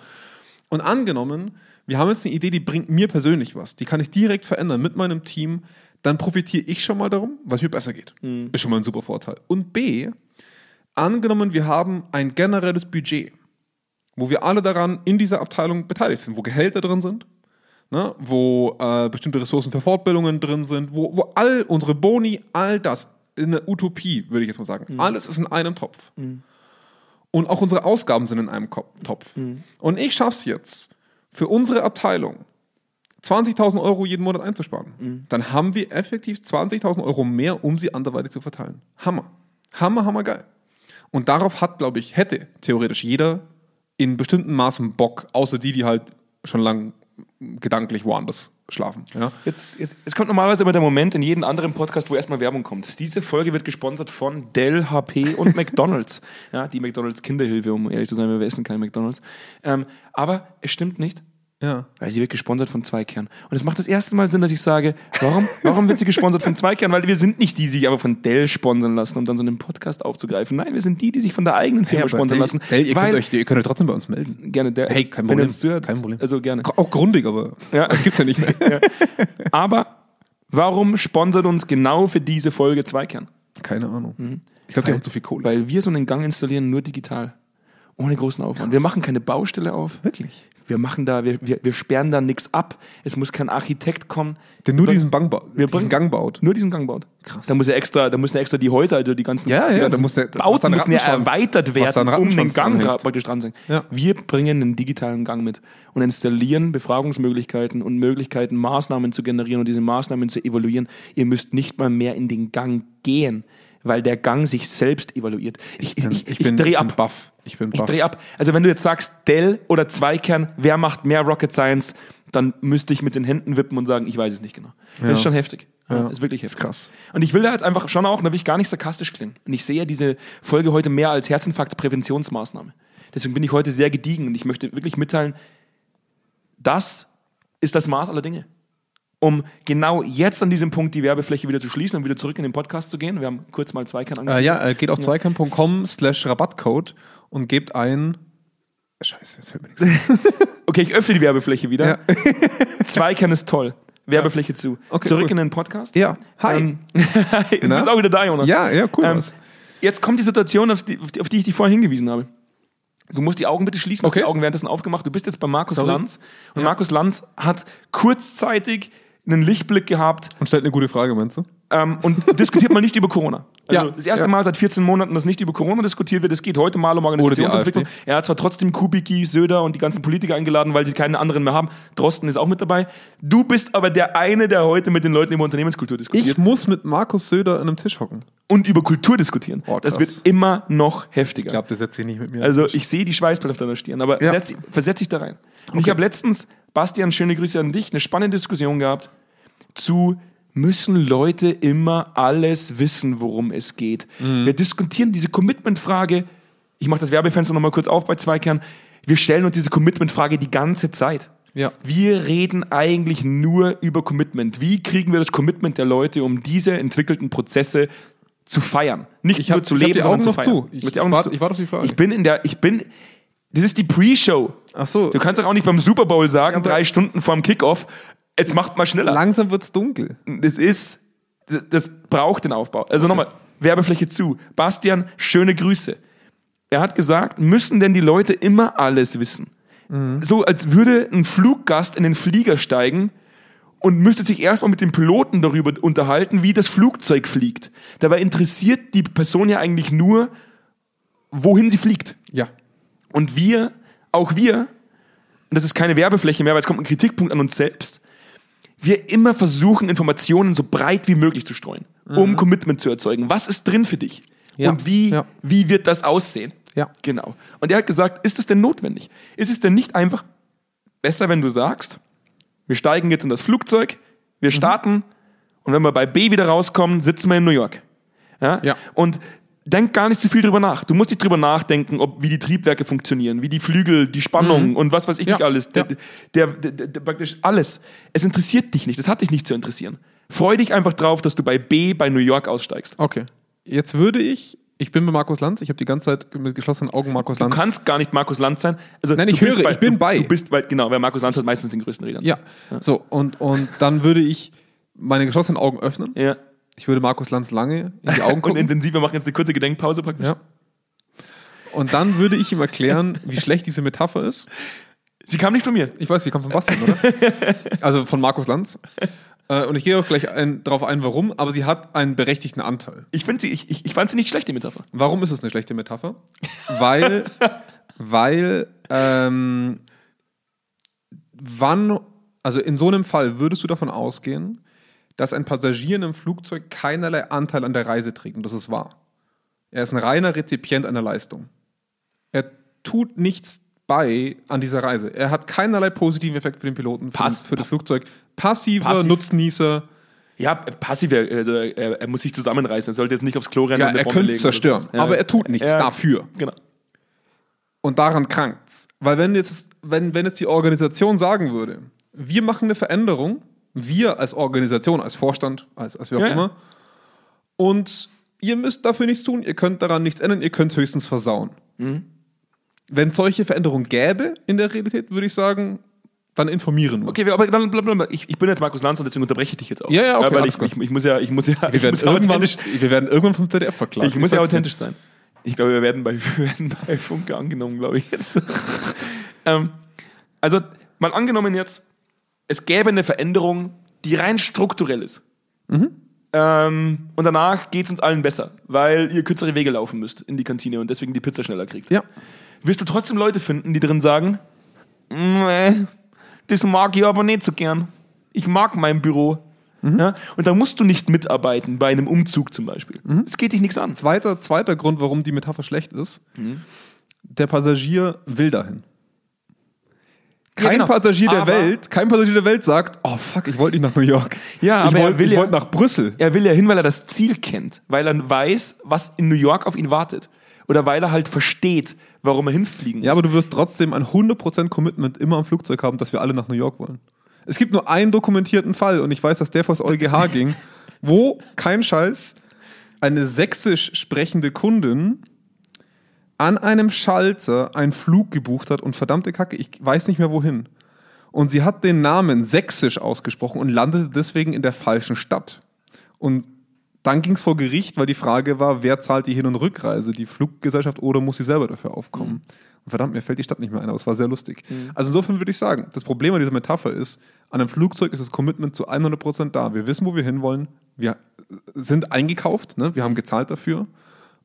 S2: Und angenommen, wir haben jetzt eine Idee, die bringt mir persönlich was. Die kann ich direkt verändern mit meinem Team. Dann profitiere ich schon mal darum, weil es mir besser geht. Ist schon mal ein super Vorteil. Und B, angenommen, wir haben ein generelles Budget, wo wir alle daran in dieser Abteilung beteiligt sind, wo Gehälter drin sind, ne, wo äh, bestimmte Ressourcen für Fortbildungen drin sind, wo, wo all unsere Boni, all das in der Utopie, würde ich jetzt mal sagen. Alles ist in einem Topf. Und auch unsere Ausgaben sind in einem Kop- Topf.
S1: Mhm.
S2: Und ich schaffe es jetzt, für unsere Abteilung 20.000 Euro jeden Monat einzusparen.
S1: Mhm.
S2: Dann haben wir effektiv 20.000 Euro mehr, um sie anderweitig zu verteilen. Hammer. Hammer, hammer geil. Und darauf hat, glaube ich, hätte theoretisch jeder in bestimmten Maßen Bock, außer die, die halt schon lang gedanklich woanders schlafen. Ja?
S1: Jetzt, jetzt, jetzt kommt normalerweise immer der Moment in jedem anderen Podcast, wo erstmal Werbung kommt. Diese Folge wird gesponsert von Dell, HP und McDonalds. Ja, die McDonalds Kinderhilfe, um ehrlich zu sein, weil wir essen kein McDonalds. Ähm, aber es stimmt nicht,
S2: ja.
S1: weil sie wird gesponsert von Zweikern. Und es macht das erste Mal Sinn, dass ich sage, warum, warum wird sie gesponsert von Zweikern? Weil wir sind nicht die, die sich aber von Dell sponsern lassen, um dann so einen Podcast aufzugreifen. Nein, wir sind die, die sich von der eigenen Firma sponsern lassen.
S2: Dell, ihr, könnt
S1: weil-
S2: euch, ihr könnt euch trotzdem bei uns melden.
S1: gerne Dell.
S2: Hey, kein
S1: Wenn ihr
S2: Problem.
S1: uns zuhört,
S2: Kein Problem.
S1: Also gerne.
S2: Auch grundig, aber
S1: Ja.
S2: das gibt's ja nicht mehr.
S1: Aber warum sponsert uns genau für diese Folge Zweikern?
S2: Keine Ahnung. Ich glaube, die haben zu viel Kohle.
S1: Mhm. Weil wir so einen Gang installieren, nur digital. Ohne großen Aufwand. Wir machen keine Baustelle auf.
S2: Wirklich?
S1: Wir machen da, wir, wir, wir sperren da nichts ab. Es muss kein Architekt kommen.
S2: Der nur diesen, Bang baut,
S1: wir bringen-
S2: diesen Gang baut.
S1: Nur diesen Gang baut. Krass. Da muss er extra, da müssen ja extra die Häuser, also die ganzen,
S2: Ja,
S1: die
S2: ja,
S1: ganzen
S2: da muss der- was da
S1: Bauten
S2: ein
S1: müssen ja
S2: Rattenschwanz-
S1: erweitert
S2: was da ein
S1: werden, um den
S2: Rattenschwanz
S1: Gang
S2: dranhängt.
S1: dra- praktisch dran zu sein.
S2: Ja.
S1: Wir bringen einen digitalen Gang mit und installieren Befragungsmöglichkeiten und Möglichkeiten, Maßnahmen zu generieren und diese Maßnahmen zu evaluieren. Ihr müsst nicht mal mehr in den Gang gehen, weil der Gang sich selbst evaluiert. Ich, ich, ich, ich, drehe ab.
S2: baff. Ich bin
S1: Ich
S2: baff.
S1: drehe ab. Also wenn du jetzt sagst, Dell oder Zweikern, wer macht mehr Rocket Science, dann müsste ich mit den Händen wippen und sagen, ich weiß es nicht genau. Das ist schon heftig. Ja, Ist wirklich heftig.
S2: krass.
S1: Und ich will da jetzt einfach schon auch, da will ich gar nicht sarkastisch klingen. Und ich sehe ja diese Folge heute mehr als Herzinfarktpräventionsmaßnahme. Deswegen bin ich heute sehr gediegen und ich möchte wirklich mitteilen, das ist das Maß aller Dinge. Um genau jetzt an diesem Punkt die Werbefläche wieder zu schließen und wieder zurück in den Podcast zu gehen. Wir haben kurz mal Zweikern angesprochen.
S2: Äh, ja, äh, geht auf zweikern.com slash Rabattcode und gebt ein. Scheiße, jetzt fällt mir nichts. ein.
S1: Okay, ich öffne die Werbefläche wieder. Zweikern ist toll. Werbefläche zu.
S2: Okay,
S1: Zurück
S2: cool.
S1: in den Podcast.
S2: Ja, hi.
S1: Ähm, du bist auch wieder da, Jonas.
S2: ja, ja, cool.
S1: Ähm,
S2: was.
S1: jetzt kommt die Situation, auf die, auf die- auf die ich dich vorhin hingewiesen habe. Du musst die Augen bitte schließen, okay.
S2: Okay.
S1: die Augen währenddessen aufgemacht. Du bist jetzt bei Markus
S2: Sorry.
S1: Lanz und Markus Lanz hat kurzzeitig einen Lichtblick gehabt
S2: Und stellt eine gute Frage, meinst du?
S1: ähm, und diskutiert mal nicht über Corona. Also
S2: Ja,
S1: das erste
S2: ja.
S1: Mal seit 14 Monaten, dass nicht über Corona diskutiert wird. Es geht heute mal um Organisationsentwicklung.
S2: AfD.
S1: Er hat zwar trotzdem Kubicki, Söder und die ganzen Politiker eingeladen, weil sie keine anderen mehr haben. Drosten ist auch mit dabei. Du bist aber der eine, der heute mit den Leuten über Unternehmenskultur diskutiert
S2: Ich muss mit Markus Söder an einem Tisch hocken.
S1: und über Kultur diskutieren.
S2: Oh,
S1: das
S2: krass.
S1: wird immer noch heftiger.
S2: Ich glaube, der setzt sich nicht mit mir.
S1: Also ich sehe die Schweißperle auf deiner Stirn, aber
S2: Ja.
S1: setz, versetz dich da rein. Und ich habe letztens, Bastian, schöne Grüße an dich, eine spannende Diskussion gehabt zu, müssen Leute immer alles wissen, worum es geht?
S2: Mhm.
S1: Wir diskutieren diese Commitment-Frage, ich mache das Werbefenster nochmal kurz auf bei Zweikern, wir stellen uns diese Commitment-Frage die ganze Zeit.
S2: Ja.
S1: Wir reden eigentlich nur über Commitment. Wie kriegen wir das Commitment der Leute, um diese entwickelten Prozesse zu feiern? Nicht
S2: Ich
S1: nur
S2: hab-
S1: zu
S2: ich hab
S1: leben,
S2: die
S1: sondern
S2: Augen
S1: zu
S2: noch
S1: feiern.
S2: zu.
S1: Ich,
S2: Ich
S1: ich, auch noch
S2: wart-
S1: zu.
S2: ich warte auf die Frage.
S1: Ich bin in der, ich bin, das ist die Pre-Show.
S2: Ach so.
S1: Du kannst doch auch nicht beim Super Bowl sagen,
S2: aber-
S1: drei Stunden vorm Kickoff, jetzt macht mal schneller.
S2: Langsam wird's dunkel.
S1: Das ist, das- das braucht den Aufbau. Also nochmal, Werbefläche zu. Bastian, schöne Grüße. Er hat gesagt, müssen denn die Leute immer alles wissen? So als würde ein Fluggast in den Flieger steigen und müsste sich erstmal mit dem Piloten darüber unterhalten, wie das Flugzeug fliegt. Dabei interessiert die Person ja eigentlich nur, wohin sie fliegt.
S2: Ja.
S1: Und wir, auch wir, und das ist keine Werbefläche mehr, weil es kommt ein Kritikpunkt an uns selbst, wir immer versuchen, Informationen so breit wie möglich zu streuen, um Commitment zu erzeugen. Was ist drin für dich?
S2: Mhm. Ja.
S1: Und wie,
S2: Ja.
S1: wie wird das aussehen?
S2: Ja.
S1: Genau. Und er hat gesagt, ist es denn notwendig? Ist es denn nicht einfach besser, wenn du sagst, wir steigen jetzt in das Flugzeug,
S2: Mhm.
S1: wir starten und wenn wir bei B wieder rauskommen, sitzen wir in New York. Ja?
S2: Ja.
S1: Und denk gar nicht zu viel drüber nach. Du musst nicht drüber nachdenken, ob wie die Triebwerke funktionieren, wie die Flügel, die Spannung und was weiß ich
S2: Mhm. Ja,
S1: nicht alles. Der,
S2: ja.
S1: der, der, der, der, praktisch alles. Es interessiert dich nicht. Es hat dich nicht zu interessieren. Freu dich einfach drauf, dass du bei B bei New York aussteigst.
S2: Okay. Jetzt würde ich, ich bin bei Markus Lanz, ich habe die ganze Zeit mit geschlossenen Augen Markus
S1: Du
S2: Lanz.
S1: kannst gar nicht Markus Land sein. Also,
S2: Nein, ich
S1: du bist
S2: höre, ich bin
S1: du,
S2: bei.
S1: Du bist bei, genau, weil Markus Land hat meistens den größten Redner.
S2: Ja. So, und, und dann würde ich meine geschlossenen Augen öffnen.
S1: ja.
S2: Ich würde Markus Lanz lange in die Augen
S1: Und
S2: gucken.
S1: intensiv, wir machen jetzt eine kurze Gedenkpause praktisch.
S2: ja. Und dann würde ich ihm erklären, wie schlecht diese Metapher ist.
S1: Sie kam nicht von mir.
S2: Ich weiß, die kommt von Bastian, oder? also von Markus Lanz. Äh, und ich gehe auch gleich ein, darauf ein, warum, aber sie hat einen berechtigten Anteil.
S1: Ich, find sie, ich, ich, ich fand sie nicht schlecht, die Metapher.
S2: Warum ist es eine schlechte Metapher? Weil, weil, ähm, wann, also in so einem Fall würdest du davon ausgehen, dass ein Passagier in einem Flugzeug keinerlei Anteil an der Reise trägt. Und das ist wahr. Er ist ein reiner Rezipient einer Leistung. Er tut nichts bei an dieser Reise. Er hat keinerlei positiven Effekt für den Piloten, für,
S1: Pass-
S2: den, für das Flugzeug. Passiver
S1: Passiv.
S2: Nutznießer.
S1: Ja, passiv, er- also er, er muss sich zusammenreißen. Er sollte jetzt nicht aufs Klo rennen
S2: Ja,
S1: eine
S2: er
S1: Bombe
S2: könnte
S1: legen
S2: es
S1: oder
S2: zerstören,
S1: sowas. Ja.
S2: aber er tut nichts
S1: Ja.
S2: dafür.
S1: Genau.
S2: Und daran krankt's. Weil wenn jetzt, wenn, wenn jetzt die Organisation sagen würde, wir machen eine Veränderung, wir als Organisation, als Vorstand, als, als wer auch
S1: Ja, ja.
S2: immer, und ihr müsst dafür nichts tun, ihr könnt daran nichts ändern, ihr könnt höchstens versauen.
S1: Mhm.
S2: Wenn es solche Veränderungen gäbe in der Realität, würde ich sagen, dann informieren nur.
S1: Okay, wir- aber dann blablabla. Ich, ich bin jetzt Markus Lanz und deswegen unterbreche ich dich jetzt auch.
S2: Ja, ja, okay,
S1: weil
S2: alles
S1: ich,
S2: gut.
S1: ich, ich muss ja, ich muss ja,
S2: Wir,
S1: ich
S2: werden
S1: muss ja
S2: irgendwann,
S1: authentisch,
S2: wir werden irgendwann vom ZDF verklagt.
S1: ich muss ja
S2: sag's dir.
S1: authentisch sein. Ich glaube, wir werden bei, wir werden bei Funke angenommen, glaube ich jetzt. ähm, also mal angenommen jetzt, es gäbe eine Veränderung, die rein strukturell ist.
S2: Mhm.
S1: Ähm, und danach geht es uns allen besser, weil ihr kürzere Wege laufen müsst in die Kantine und deswegen die Pizza schneller kriegt.
S2: Ja.
S1: wirst du trotzdem Leute finden, die drin sagen, nee, das mag ich aber nicht so gern. Ich mag mein Büro.
S2: Mhm.
S1: Ja? Und da musst du nicht mitarbeiten bei einem Umzug zum Beispiel.
S2: Mhm.
S1: Es geht dich nichts an.
S2: Zweiter, zweiter Grund, warum die Metapher schlecht ist,
S1: Mhm.
S2: der Passagier will dahin. Kein
S1: genau.
S2: Passagier der
S1: Aber-
S2: Welt, kein Passagier der Welt sagt, oh fuck, ich wollte nicht nach New York.
S1: Ja,
S2: ich
S1: aber er
S2: wollte
S1: will
S2: ich
S1: ja-
S2: wollte nach Brüssel.
S1: Er will ja hin, weil er das Ziel kennt, weil er weiß, was in New York auf ihn wartet. Oder weil er halt versteht, warum er hinfliegen muss.
S2: Ja, aber du wirst trotzdem ein 100% Commitment immer am Flugzeug haben, dass wir alle nach New York wollen. Es gibt nur einen dokumentierten Fall und ich weiß, dass der vor das EuGH ging, wo, kein Scheiß, eine sächsisch sprechende Kundin an einem Schalter einen Flug gebucht hat und verdammte Kacke, ich weiß nicht mehr wohin. Und sie hat den Namen sächsisch ausgesprochen und landete deswegen in der falschen Stadt. Und dann ging es vor Gericht, weil die Frage war, wer zahlt die Hin- und Rückreise, die Fluggesellschaft oder muss sie selber dafür
S1: Mhm.
S2: aufkommen? Und verdammt, mir fällt die Stadt nicht mehr ein, aber es war sehr lustig. Also insofern würde ich sagen, das Problem an dieser Metapher ist, an einem Flugzeug ist das Commitment zu 100% da. Wir wissen, wo wir hinwollen, wir sind eingekauft, ne? wir haben gezahlt dafür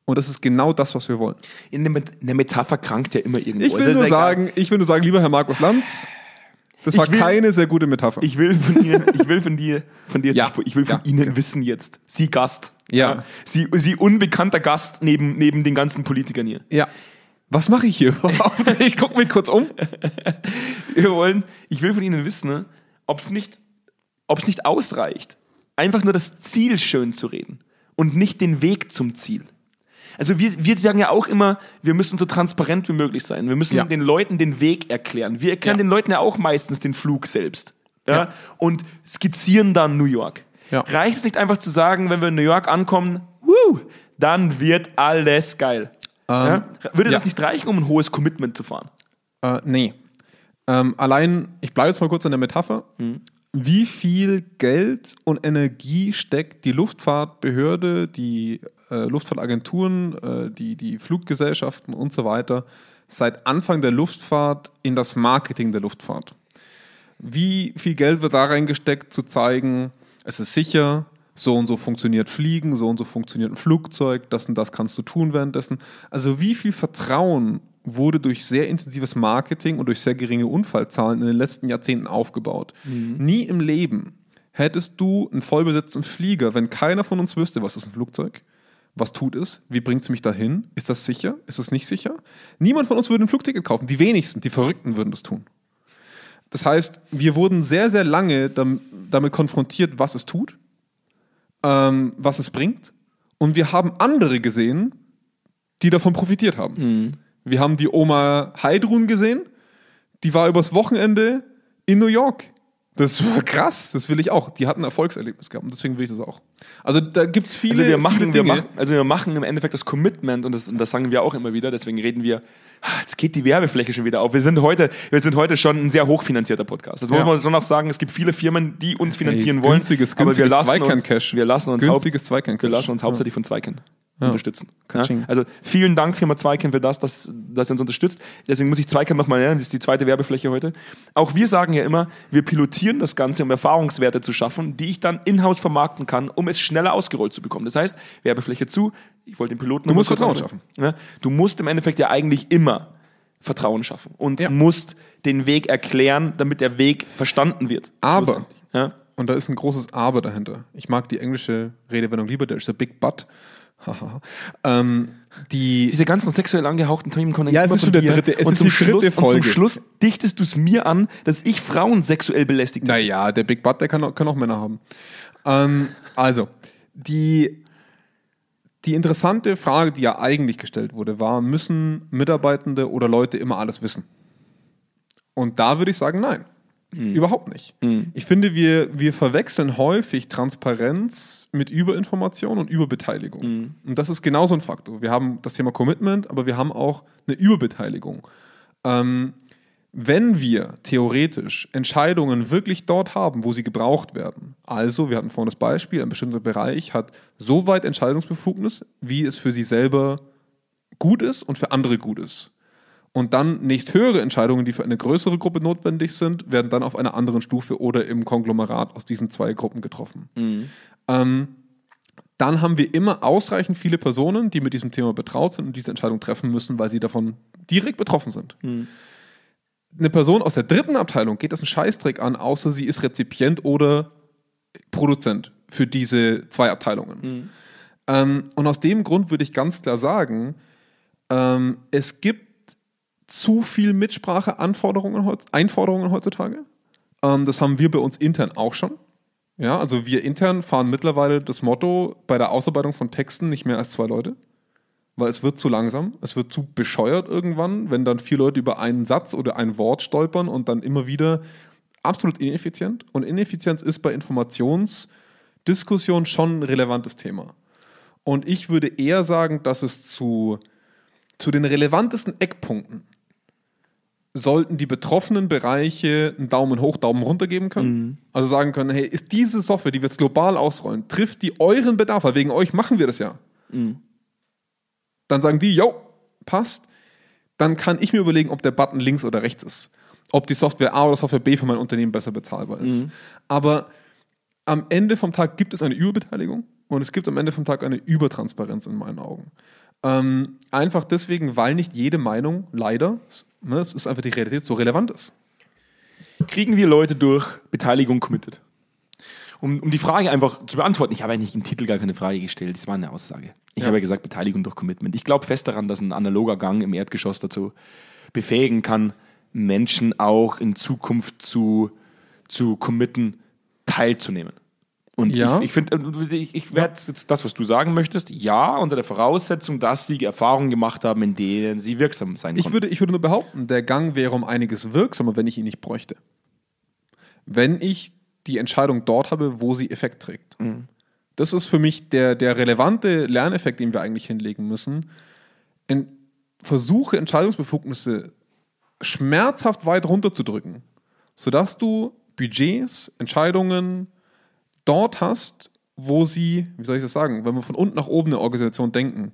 S2: und das ist genau das, was wir wollen.
S1: in der, Met- in der Metapher krankt ja immer irgendwo.
S2: Ich
S1: Es
S2: will,
S1: ist
S2: nur
S1: egal.
S2: sagen, ich will nur sagen, lieber Herr Markus Lanz, das
S1: Ich
S2: war
S1: will-
S2: keine sehr gute Metapher.
S1: Ich will von Ihnen, ich will von dir, von dir,
S2: Ja.
S1: ich will von
S2: Ja.
S1: Ihnen wissen jetzt. Sie Gast.
S2: Ja.
S1: Sie, Sie unbekannter Gast neben, neben den ganzen Politikern hier.
S2: ja. Was mache ich hier überhaupt? Ich gucke mich kurz um.
S1: Wir wollen, ich will von Ihnen wissen, ne, ob es nicht, ob's nicht ausreicht, einfach nur das Ziel schön zu reden und nicht den Weg zum Ziel. Also wir, wir sagen ja auch immer, wir müssen so transparent wie möglich sein. Wir müssen
S2: Ja.
S1: den Leuten den Weg erklären. Wir erklären
S2: Ja.
S1: den Leuten ja auch meistens den Flug selbst. Ja?
S2: Ja.
S1: Und skizzieren dann New York.
S2: Ja.
S1: Reicht es nicht einfach zu sagen, wenn wir in New York ankommen, wuh, dann wird alles geil. ja? Würde
S2: Ähm, ja.
S1: das nicht reichen, um ein hohes Commitment zu fahren?
S2: Äh, nee. Ähm, allein, ich bleibe jetzt mal kurz an der Metapher. Wie viel Geld und Energie steckt die Luftfahrtbehörde, die äh, Luftfahrtagenturen, äh, die, die Fluggesellschaften und so weiter seit Anfang der Luftfahrt in das Marketing der Luftfahrt? Wie viel Geld wird da reingesteckt, zu zeigen, es ist sicher, so und so funktioniert Fliegen, so und so funktioniert ein Flugzeug, das und das kannst du tun währenddessen. Also wie viel Vertrauen wurde durch sehr intensives Marketing und durch sehr geringe Unfallzahlen in den letzten Jahrzehnten aufgebaut? Nie im Leben Hättest du einen vollbesetzten Flieger, wenn keiner von uns wüsste, was ist ein Flugzeug, was tut es, wie bringt es mich dahin, ist das sicher, ist das nicht sicher? Niemand von uns würde ein Flugticket kaufen. Die wenigsten, die Verrückten würden das tun. Das heißt, wir wurden sehr, sehr lange dam damit konfrontiert, was es tut, ähm, was es bringt. Und wir haben andere gesehen, die davon profitiert haben.
S1: Mhm.
S2: Wir haben die Oma Heidrun gesehen, die war übers Wochenende in New York. Das war krass, das will ich auch. Die hat ein Erfolgserlebnis gehabt und deswegen will ich das auch. Also da gibt es viele,
S1: Also wir,
S2: viele
S1: machen, wir
S2: Dinge.
S1: machen, also wir machen im Endeffekt das Commitment und das, und das sagen wir auch immer wieder, deswegen reden wir, ah, jetzt geht die Werbefläche schon wieder auf. Wir sind heute, wir sind heute schon ein sehr hochfinanzierter Podcast. Das muss
S2: Ja.
S1: man schon noch sagen, es gibt viele Firmen, die uns finanzieren
S2: Ey,
S1: wollen.
S2: günstiges-
S1: aber wir
S2: günstiges
S1: lassen uns,
S2: Zweikern-Cash.
S1: wir lassen uns,
S2: Günstiges Zweikern-Cash.
S1: wir lassen uns hauptsächlich von Zweikern unterstützen. Ja?
S2: Katsching.
S1: Also vielen Dank Firma Zweikern für das, dass, dass ihr uns unterstützt. Deswegen muss ich Zweikern nochmal nennen, das ist die zweite Werbefläche heute. Auch wir sagen ja immer, wir pilotieren das Ganze, um Erfahrungswerte zu schaffen, die ich dann in-house vermarkten kann, um es schneller ausgerollt zu bekommen. Das heißt, Werbefläche zu, ich wollte den Piloten... Du
S2: musst Vertrauen schaffen.
S1: Ja? Du musst im Endeffekt ja eigentlich immer Vertrauen schaffen und
S2: Ja.
S1: musst den Weg erklären, damit der Weg verstanden wird.
S2: Aber-
S1: Schlussendlich. Ja?
S2: Und da ist ein großes Aber dahinter. Ich mag die englische Redewendung lieber, der ist der Big Butt. Haha. ähm, die,
S1: diese ganzen sexuell angehauchten Themen kommen
S2: Ja, es
S1: immer
S2: ist
S1: von
S2: schon der
S1: dir.
S2: dritte- es
S1: und
S2: ist
S1: zum
S2: die dritte
S1: Schluss, Und
S2: Folge.
S1: zum Schluss dichtest du es mir an, dass ich Frauen sexuell belästigt habe.
S2: naja, der Big Butt, der kann auch, kann auch Männer haben. Ähm, also, die, die interessante Frage, die ja eigentlich gestellt wurde, war, müssen Mitarbeitende oder Leute immer alles wissen? Und da würde ich sagen, nein. Überhaupt nicht. Ich finde, wir, wir verwechseln häufig Transparenz mit Überinformation und Überbeteiligung. Und das ist genauso ein Faktor. Wir haben das Thema Commitment, aber wir haben auch eine Überbeteiligung. Ähm, wenn wir theoretisch Entscheidungen wirklich dort haben, wo sie gebraucht werden, also wir hatten vorhin das Beispiel, ein bestimmter Bereich hat so weit Entscheidungsbefugnis, wie es für sie selber gut ist und für andere gut ist. Und dann nächsthöhere Entscheidungen, die für eine größere Gruppe notwendig sind, werden dann auf einer anderen Stufe oder im Konglomerat aus diesen zwei Gruppen getroffen. Ähm, dann haben wir immer ausreichend viele Personen, die mit diesem Thema betraut sind und diese Entscheidung treffen müssen, weil sie davon direkt betroffen sind. Eine Person aus der dritten Abteilung geht das einen Scheißdreck an, außer sie ist Rezipient oder Produzent für diese zwei Abteilungen. Ähm, und aus dem Grund würde ich ganz klar sagen, ähm, es gibt zu viel Mitspracheanforderungen, heutz- Einforderungen heutzutage. Ähm, das haben wir bei uns intern auch schon. Ja, also wir intern fahren mittlerweile das Motto bei der Ausarbeitung von Texten nicht mehr als zwei Leute, weil es wird zu langsam, es wird zu bescheuert irgendwann, wenn dann vier Leute über einen Satz oder ein Wort stolpern und dann immer wieder absolut ineffizient. Und Ineffizienz ist bei Informationsdiskussionen schon ein relevantes Thema. Und ich würde eher sagen, dass es zu, zu den relevantesten Eckpunkten sollten die betroffenen Bereiche einen Daumen hoch, Daumen runter geben können. Also sagen können, hey, ist diese Software, die wir jetzt global ausrollen, trifft die euren Bedarf, weil wegen euch machen wir das ja. Dann sagen die, jo, passt. Dann kann ich mir überlegen, ob der Button links oder rechts ist. Ob die Software A oder Software B für mein Unternehmen besser bezahlbar ist. Aber am Ende vom Tag gibt es eine Überbeteiligung und es gibt am Ende vom Tag eine Übertransparenz in meinen Augen. Ähm, einfach deswegen, weil nicht jede Meinung leider, ne, es ist einfach die Realität, so relevant ist.
S1: Kriegen wir Leute durch Beteiligung committed? Um, um die Frage einfach zu beantworten, ich habe eigentlich im Titel gar keine Frage gestellt, das war eine Aussage. Ich
S2: Ja.
S1: habe ja gesagt, Beteiligung durch Commitment. Ich glaube fest daran, dass ein analoger Gang im Erdgeschoss dazu befähigen kann, Menschen auch in Zukunft zu, zu committen, teilzunehmen. Und
S2: Ja.
S1: ich, ich finde, ich, ich werde jetzt das, was du sagen möchtest, ja, unter der Voraussetzung, dass sie Erfahrungen gemacht haben, in denen sie wirksam sein
S2: Ich
S1: konnten.
S2: würde, ich würde nur behaupten, der Gang wäre um einiges wirksamer, wenn ich ihn nicht bräuchte. Wenn ich die Entscheidung dort habe, wo sie Effekt trägt. Das ist für mich der, der relevante Lerneffekt, den wir eigentlich hinlegen müssen. In, versuche Entscheidungsbefugnisse schmerzhaft weit runterzudrücken, sodass du Budgets, Entscheidungen dort hast, wo sie, wie soll ich das sagen, wenn wir von unten nach oben eine Organisation denken,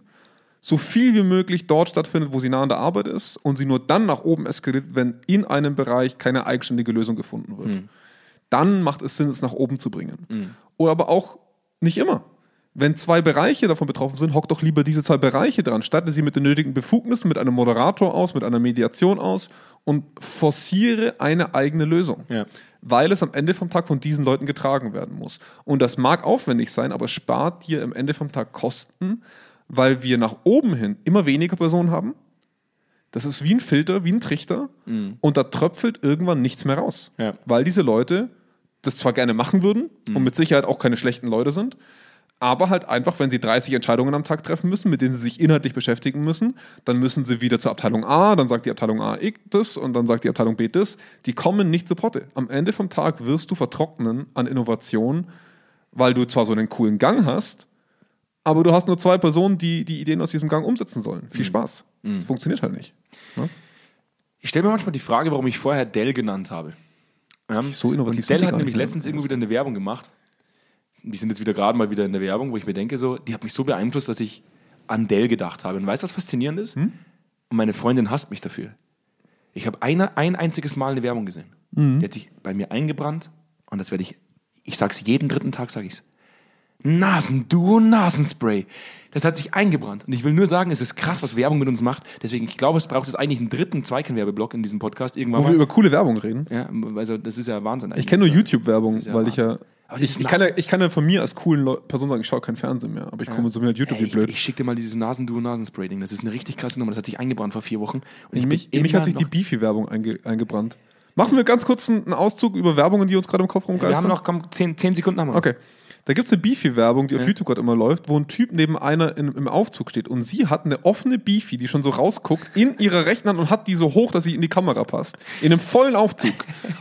S2: so viel wie möglich dort stattfindet, wo sie nah an der Arbeit ist und sie nur dann nach oben eskaliert, wenn in einem Bereich keine eigenständige Lösung gefunden wird. Dann macht es Sinn, es nach oben zu bringen. Oder aber auch nicht immer. Wenn zwei Bereiche davon betroffen sind, hockt doch lieber diese zwei Bereiche dran. Statte sie mit den nötigen Befugnissen, mit einem Moderator aus, mit einer Mediation aus und forciere eine eigene Lösung.
S4: Ja.
S2: Weil es am Ende vom Tag von diesen Leuten getragen werden muss. Und das mag aufwendig sein, aber es spart dir am Ende vom Tag Kosten, weil wir nach oben hin immer weniger Personen haben. Das ist wie ein Filter, wie ein Trichter. Und da tröpfelt irgendwann nichts mehr raus.
S4: Ja.
S2: Weil diese Leute das zwar gerne machen würden und mit Sicherheit auch keine schlechten Leute sind, aber halt einfach, wenn sie 30 Entscheidungen am Tag treffen müssen, mit denen sie sich inhaltlich beschäftigen müssen, dann müssen sie wieder zur Abteilung A, dann sagt die Abteilung A ich das und dann sagt die Abteilung B das. Die kommen nicht zu Potte. Am Ende vom Tag wirst du vertrocknen an Innovation, weil du zwar so einen coolen Gang hast, aber du hast nur zwei Personen, die die Ideen aus diesem Gang umsetzen sollen. Viel Spaß. Das funktioniert halt nicht.
S1: Ich stelle mir manchmal die Frage, warum ich vorher Dell genannt habe. Ja?
S2: So innovativ
S1: Und
S2: sind die
S1: Dell hat
S2: gar
S1: nämlich
S2: nicht, ne?
S1: letztens irgendwo wieder eine Werbung gemacht. Die sind jetzt wieder gerade mal wieder in der Werbung, wo ich mir denke, so, die hat mich so beeinflusst, dass ich an Dell gedacht habe. Und weißt du, was faszinierend ist?
S2: Hm?
S1: Und meine Freundin hasst mich dafür. Ich habe eine, ein einziges Mal eine Werbung gesehen.
S2: Mhm.
S1: Die hat sich bei mir eingebrannt und das werde ich, ich sag's jeden dritten Tag, sage ich's. Nasenduo Nasenspray. Das hat sich eingebrannt. Und ich will nur sagen, es ist krass, was Werbung mit uns macht. Deswegen, ich glaube, es braucht jetzt eigentlich einen dritten Zweikernwerbeblock in diesem Podcast irgendwann.
S2: Wo wir
S1: mal.
S2: über coole Werbung reden.
S1: Ja, also das ist ja Wahnsinn.
S2: Ich kenne nur YouTube-Werbung,
S1: Das ist ja
S2: weil ich ja.
S1: Wahnsinn. Aber dieses
S2: Ich, ich, kann ja,
S1: Nasen-
S2: ich kann ja von mir als coolen Leu Person sagen, ich schaue keinen Fernsehen mehr, aber ich konsumiere halt YouTube
S1: Ey,
S2: wie blöd.
S1: Ich, ich schicke dir mal dieses Nasenduo-Nasenspray-Ding. Das ist eine richtig krasse Nummer. Das hat sich eingebrannt vor vier Wochen. Und
S2: in mich, in
S1: bin
S2: mich hat
S1: immer
S2: sich die
S1: noch-
S2: Beefy-Werbung einge eingebrannt. Machen wir ganz kurz einen einen Auszug über Werbungen, die uns gerade im Kopf rumgeistern.
S1: Wir haben noch komm, zehn, zehn Sekunden haben wir. noch.
S2: Okay. Da gibt es eine Beefy-Werbung, die auf YouTube gerade immer läuft, wo ein Typ neben einer in, im Aufzug steht und sie hat eine offene Beefy, die schon so rausguckt, in ihrer rechten Hand und hat die so hoch, dass sie in die Kamera passt. In einem vollen Aufzug.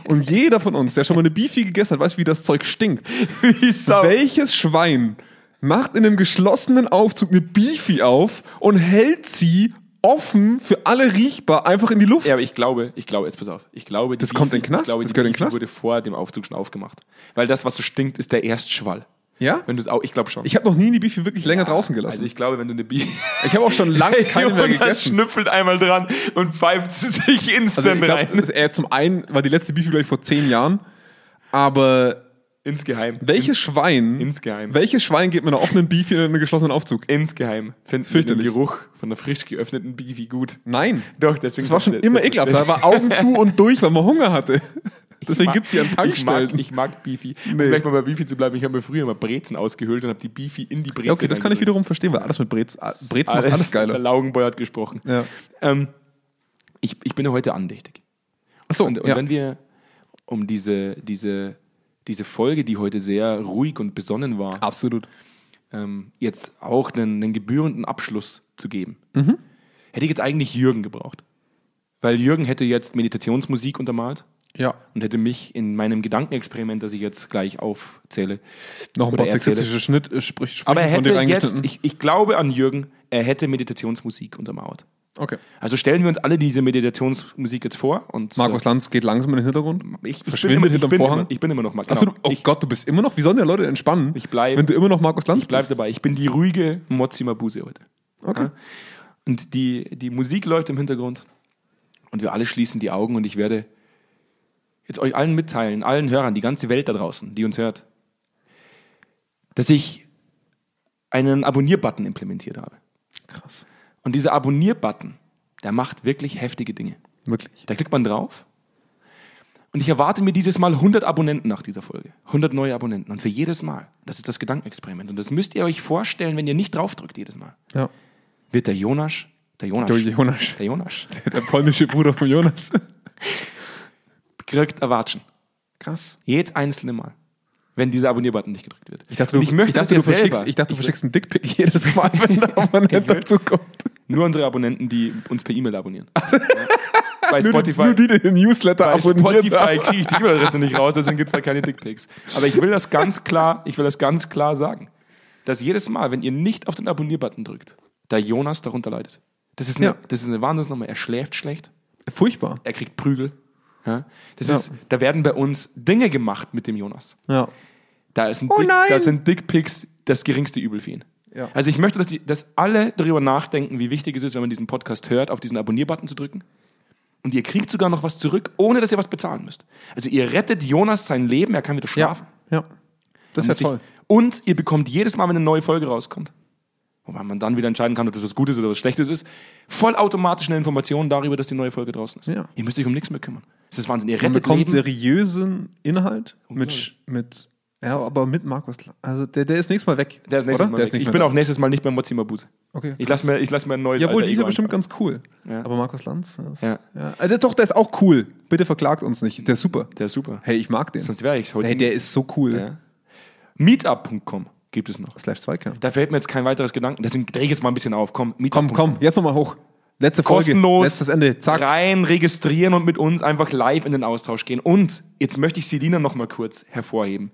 S2: Und jeder von uns, der schon mal eine Beefy gegessen hat, weiß, wie das Zeug stinkt. Welches Schwein macht in einem geschlossenen Aufzug eine Beefy auf und hält sie offen für alle riechbar einfach in die Luft?
S1: Ja, aber ich glaube, ich glaube, jetzt pass auf. Ich glaube, die
S2: Das kommt in den Knast?
S1: Ich glaube,
S2: Das
S1: das
S2: gehört in den Knast?
S1: wurde vor dem Aufzug schon aufgemacht. Weil das, was so stinkt, ist der Erstschwall.
S2: Ja?
S1: Wenn du es auch, ich glaube schon.
S2: Ich habe noch nie die Beefy wirklich länger draußen gelassen.
S1: Also ich glaube, wenn du eine Bier.
S2: ich habe auch schon lange keine mehr gegessen.
S1: schnüffelt einmal dran und pfeift sich
S2: Also
S1: instant
S2: ich glaub, er zum einen war die letzte Beefy gleich vor zehn Jahren, aber
S1: Insgeheim.
S2: welches Schwein?
S1: insgeheim.
S2: Welches Schwein geht mit einer offenen Beefy in einen geschlossenen Aufzug?
S1: Insgeheim finden wir den
S2: Fürchterlich.
S1: Geruch von einer frisch geöffneten Bifi gut.
S2: Nein.
S1: Doch, deswegen.
S2: Das war schon
S1: das-
S2: immer
S1: das-
S2: ekelhaft.
S1: das-
S2: Da war Augen zu und durch, weil man Hunger hatte. Deswegen
S1: mag-
S2: gibt es die an Tankstellen.
S1: Ich mag, ich mag Bifi. Um
S2: Nee.
S1: gleich mal bei Bifi zu bleiben, ich habe mir früher immer Brezen ausgehöhlt und habe die Bifi in die Brezen.
S2: Ja, okay, das kann ich
S1: reingedrückt.
S2: wiederum verstehen, weil alles mit Brez, Brez macht alles
S1: Der
S2: geiler.
S1: Laugenboy hat gesprochen.
S2: Ja.
S1: Ähm, ich, ich bin ja heute andächtig.
S2: Achso,
S1: Und, und
S2: ja.
S1: wenn wir um diese, diese, diese Folge, die heute sehr ruhig und besonnen war,
S2: absolut.
S1: ähm, jetzt auch einen, einen gebührenden Abschluss zu geben,
S2: Mhm.
S1: hätte ich jetzt eigentlich Jürgen gebraucht. Weil Jürgen hätte jetzt Meditationsmusik untermalt
S2: Ja.
S1: und hätte mich in meinem Gedankenexperiment, das ich jetzt gleich aufzähle,
S2: Noch ein
S1: Oder
S2: paar
S1: erzähle.
S2: sexistische Schnitt, äh, sprich, Sprüche
S1: aber er
S2: von dir
S1: hätte jetzt,
S2: reingeschnitten.
S1: ich, ich glaube an Jürgen, er hätte Meditationsmusik untermauert.
S2: okay.
S1: Also stellen wir uns alle diese Meditationsmusik jetzt vor und
S2: Markus Lanz geht langsam in den Hintergrund.
S1: ich, ich
S2: verschwindet
S1: bin immer,
S2: hinterm
S1: ich bin
S2: Vorhang.
S1: Immer, ich bin immer noch genau. Markus.
S2: Ach so, du, oh Gott, du bist immer noch. Wie sollen denn Leute entspannen?
S1: Ich bleib-
S2: Wenn du immer noch Markus Lanz
S1: Ich bleibe
S2: bist.
S1: dabei. Ich bin die ruhige Mozi Mabuse heute.
S2: Okay.
S1: Ja? Und die, die Musik läuft im Hintergrund. Und wir alle schließen die Augen und ich werde jetzt euch allen mitteilen, allen Hörern, die ganze Welt da draußen, die uns hört, dass ich einen Abonnier-Button implementiert habe.
S2: Krass.
S1: Und dieser Abonnier-Button, der macht wirklich heftige Dinge.
S2: Wirklich.
S1: Da klickt man drauf. Und ich erwarte mir dieses Mal 100 Abonnenten nach dieser Folge. 100 neue Abonnenten. Und für jedes Mal. Das ist das Gedankenexperiment. Und das müsst ihr euch vorstellen, wenn ihr nicht draufdrückt jedes Mal.
S2: Ja.
S1: Wird der Jonas, der Jonas,
S2: Der Jonas.
S1: der Jonas,
S2: Der polnische Bruder von Jonas.
S1: kriegt Erwatschen.
S2: Krass.
S1: Jedes einzelne Mal. Wenn dieser Abonnier-Button nicht gedrückt wird.
S2: Ich dachte, du,
S1: Und
S2: ich
S1: ich möchte,
S2: dachte, du
S1: dass ihr
S2: verschickst,
S1: selber,
S2: ich dachte, du verschickst einen Dickpick jedes Mal, wenn da Abonnent dazu kommt.
S1: nur unsere Abonnenten, die uns per E-Mail abonnieren. Ja. Bei Spotify.
S2: Nur die, die den Newsletter
S1: bei
S2: abonniert
S1: Spotify
S2: haben.
S1: kriege ich die E-Mail-Adresse nicht raus, deswegen gibt es da keine Dickpics. Aber ich will das ganz klar, ich will das ganz klar sagen, dass jedes Mal, wenn ihr nicht auf den Abonnier-Button drückt, da Jonas darunter leidet. Das ist eine,
S2: Ja.
S1: das ist eine Wahnsinnsnummer. Er schläft schlecht,
S2: Furchtbar.
S1: er kriegt Prügel. Ja? Das
S2: Ja.
S1: ist, da werden bei uns Dinge gemacht mit dem Jonas.
S2: Ja.
S1: Da, ist ein
S2: Oh
S1: Dick,
S2: nein!
S1: da sind Dickpics das geringste Übel für ihn.
S2: Ja.
S1: Also ich möchte, dass, die, dass alle darüber nachdenken, wie wichtig es ist, wenn man diesen Podcast hört, auf diesen Abonnier-Button zu drücken. Und ihr kriegt sogar noch was zurück, ohne dass ihr was bezahlen müsst. Also ihr rettet Jonas sein Leben, er kann wieder
S2: Ja.
S1: schlafen.
S2: ja. Das
S1: Er
S2: ist ja
S1: muss sich
S2: toll.
S1: Und ihr bekommt jedes Mal, wenn eine neue Folge rauskommt, wobei man dann wieder entscheiden kann, ob das was Gutes oder was Schlechtes ist, vollautomatisch eine Information darüber, dass die neue Folge draußen ist.
S2: Ja.
S1: Ihr müsst euch um nichts mehr kümmern. Das ist Wahnsinn. Ihr
S2: Man
S1: rettet
S2: bekommt
S1: Leben.
S2: seriösen Inhalt mit, Sch- mit ja, aber mit Markus. La- Also der, der ist nächstes Mal weg.
S1: Der ist nächstes
S2: oder?
S1: Mal
S2: Der
S1: weg.
S2: ist nicht
S1: Ich
S2: mehr
S1: bin
S2: da.
S1: auch nächstes Mal nicht mehr Mozima Buse.
S2: Okay.
S1: Ich lasse mir, ich lass mir ein neues
S2: Jawohl,
S1: alter
S2: die ist ja
S1: Ego
S2: bestimmt ganz cool.
S1: Ja.
S2: Aber Markus Lanz. Das,
S1: Ja.
S2: ja. Also doch, der ist auch cool. Bitte verklagt uns nicht. Der ist super.
S1: Der ist super.
S2: Hey, ich mag den.
S1: Sonst wäre ich's heute
S2: Hey, der
S1: nicht.
S2: ist so cool.
S1: Ja. Meetup.com gibt es noch.
S2: Slash Zweikern.
S1: Da fällt mir jetzt kein weiteres Gedanken. Deswegen drehe ich jetzt mal ein bisschen auf. Komm,
S2: Komm,
S1: Meetup.com.
S2: komm, jetzt nochmal hoch. Letzte Folge.
S1: Kostenlos.
S2: Letztes Ende. Zack.
S1: Rein registrieren und mit uns einfach live in den Austausch gehen. Und jetzt möchte ich Selina noch mal kurz hervorheben.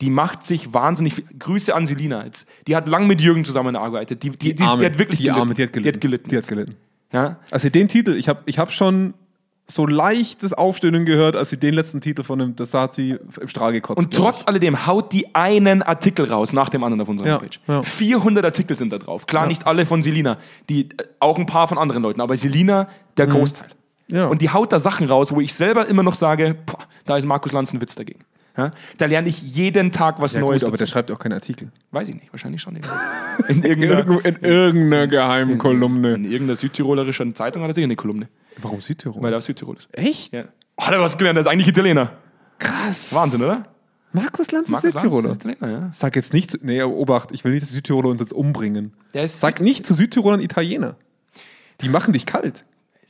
S1: Die macht sich wahnsinnig viel. Grüße an Selina jetzt. Die hat lang mit Jürgen zusammengearbeitet. Die, die, die,
S2: Arme.
S1: die hat wirklich
S2: die Arme, die hat gelitten.
S1: Die hat gelitten.
S2: Die hat gelitten.
S1: ja?
S2: Als sie den Titel, ich habe ich hab schon so leichtes Aufstöhnen gehört, als sie den letzten Titel von dem, das da hat sie im Strahl gekotzt.
S1: Und
S2: glaub
S1: trotz alledem haut die einen Artikel raus nach dem anderen auf unserer
S2: Ja,
S1: Homepage.
S2: ja.
S1: 400 Artikel sind da drauf. Klar, nicht alle von Selina. Die, äh, auch ein paar von anderen Leuten. Aber Selina, der Großteil.
S2: Mhm. Ja.
S1: Und die haut da Sachen raus, wo ich selber immer noch sage, boah, da ist Markus Lanz ein Witz dagegen. Ja? Da lerne ich jeden Tag was
S2: ich. Ja,
S1: Neues.
S2: gut, aber
S1: dazu.
S2: der schreibt auch keinen Artikel.
S1: Weiß ich nicht, wahrscheinlich schon. In irgendeiner,
S2: Irgendwo- in irgendeiner geheimen
S1: in
S2: Kolumne.
S1: irgendeiner südtirolischen Zeitung hat er sicher eine Kolumne,
S2: Warum Südtirol?
S1: weil er aus Südtirol ist.
S2: Echt?
S1: Ja. Hat er was gelernt, er ist eigentlich Italiener.
S2: Krass.
S1: Wahnsinn, oder?
S2: Markus Lanz
S1: Markus
S2: ist
S1: Lanz
S2: Südtiroler.
S1: ist Italiener, ja.
S2: Sag jetzt nicht, zu, nee, Obacht, ich will nicht, dass die Südtiroler uns jetzt umbringen.
S1: Der ist-
S2: Sag nicht zu Südtirolern Italiener. Die machen dich kalt.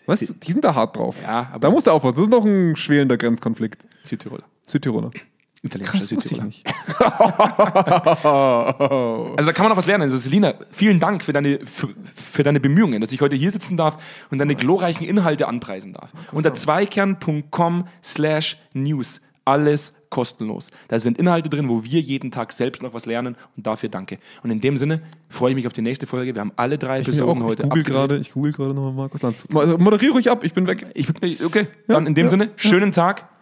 S2: Was? Die sind da hart drauf.
S1: Ja, aber-
S2: da musst du aufpassen. Das ist noch ein schwelender Grenzkonflikt.
S1: Südtiroler.
S2: Südtiroler.
S1: Italienischer Südtiroler.
S2: nicht.
S1: Also da kann man auch was lernen. Also Selina, vielen Dank für deine, für, für deine Bemühungen, dass ich heute hier sitzen darf und deine glorreichen Inhalte anpreisen darf. Unter zweikern.com slash news. Alles kostenlos. Da sind Inhalte drin, wo wir jeden Tag selbst noch was lernen und dafür danke. Und in dem Sinne freue ich mich auf die nächste Folge. Wir haben alle drei
S2: Ich, auch,
S1: Episoden
S2: ich
S1: heute
S2: google
S1: abgedreht.
S2: gerade, ich google gerade nochmal Markus Lanz. Also, Moderiere ruhig ab, ich bin weg.
S1: Ich, okay, dann in dem
S2: ja,
S1: Sinne, schönen Tag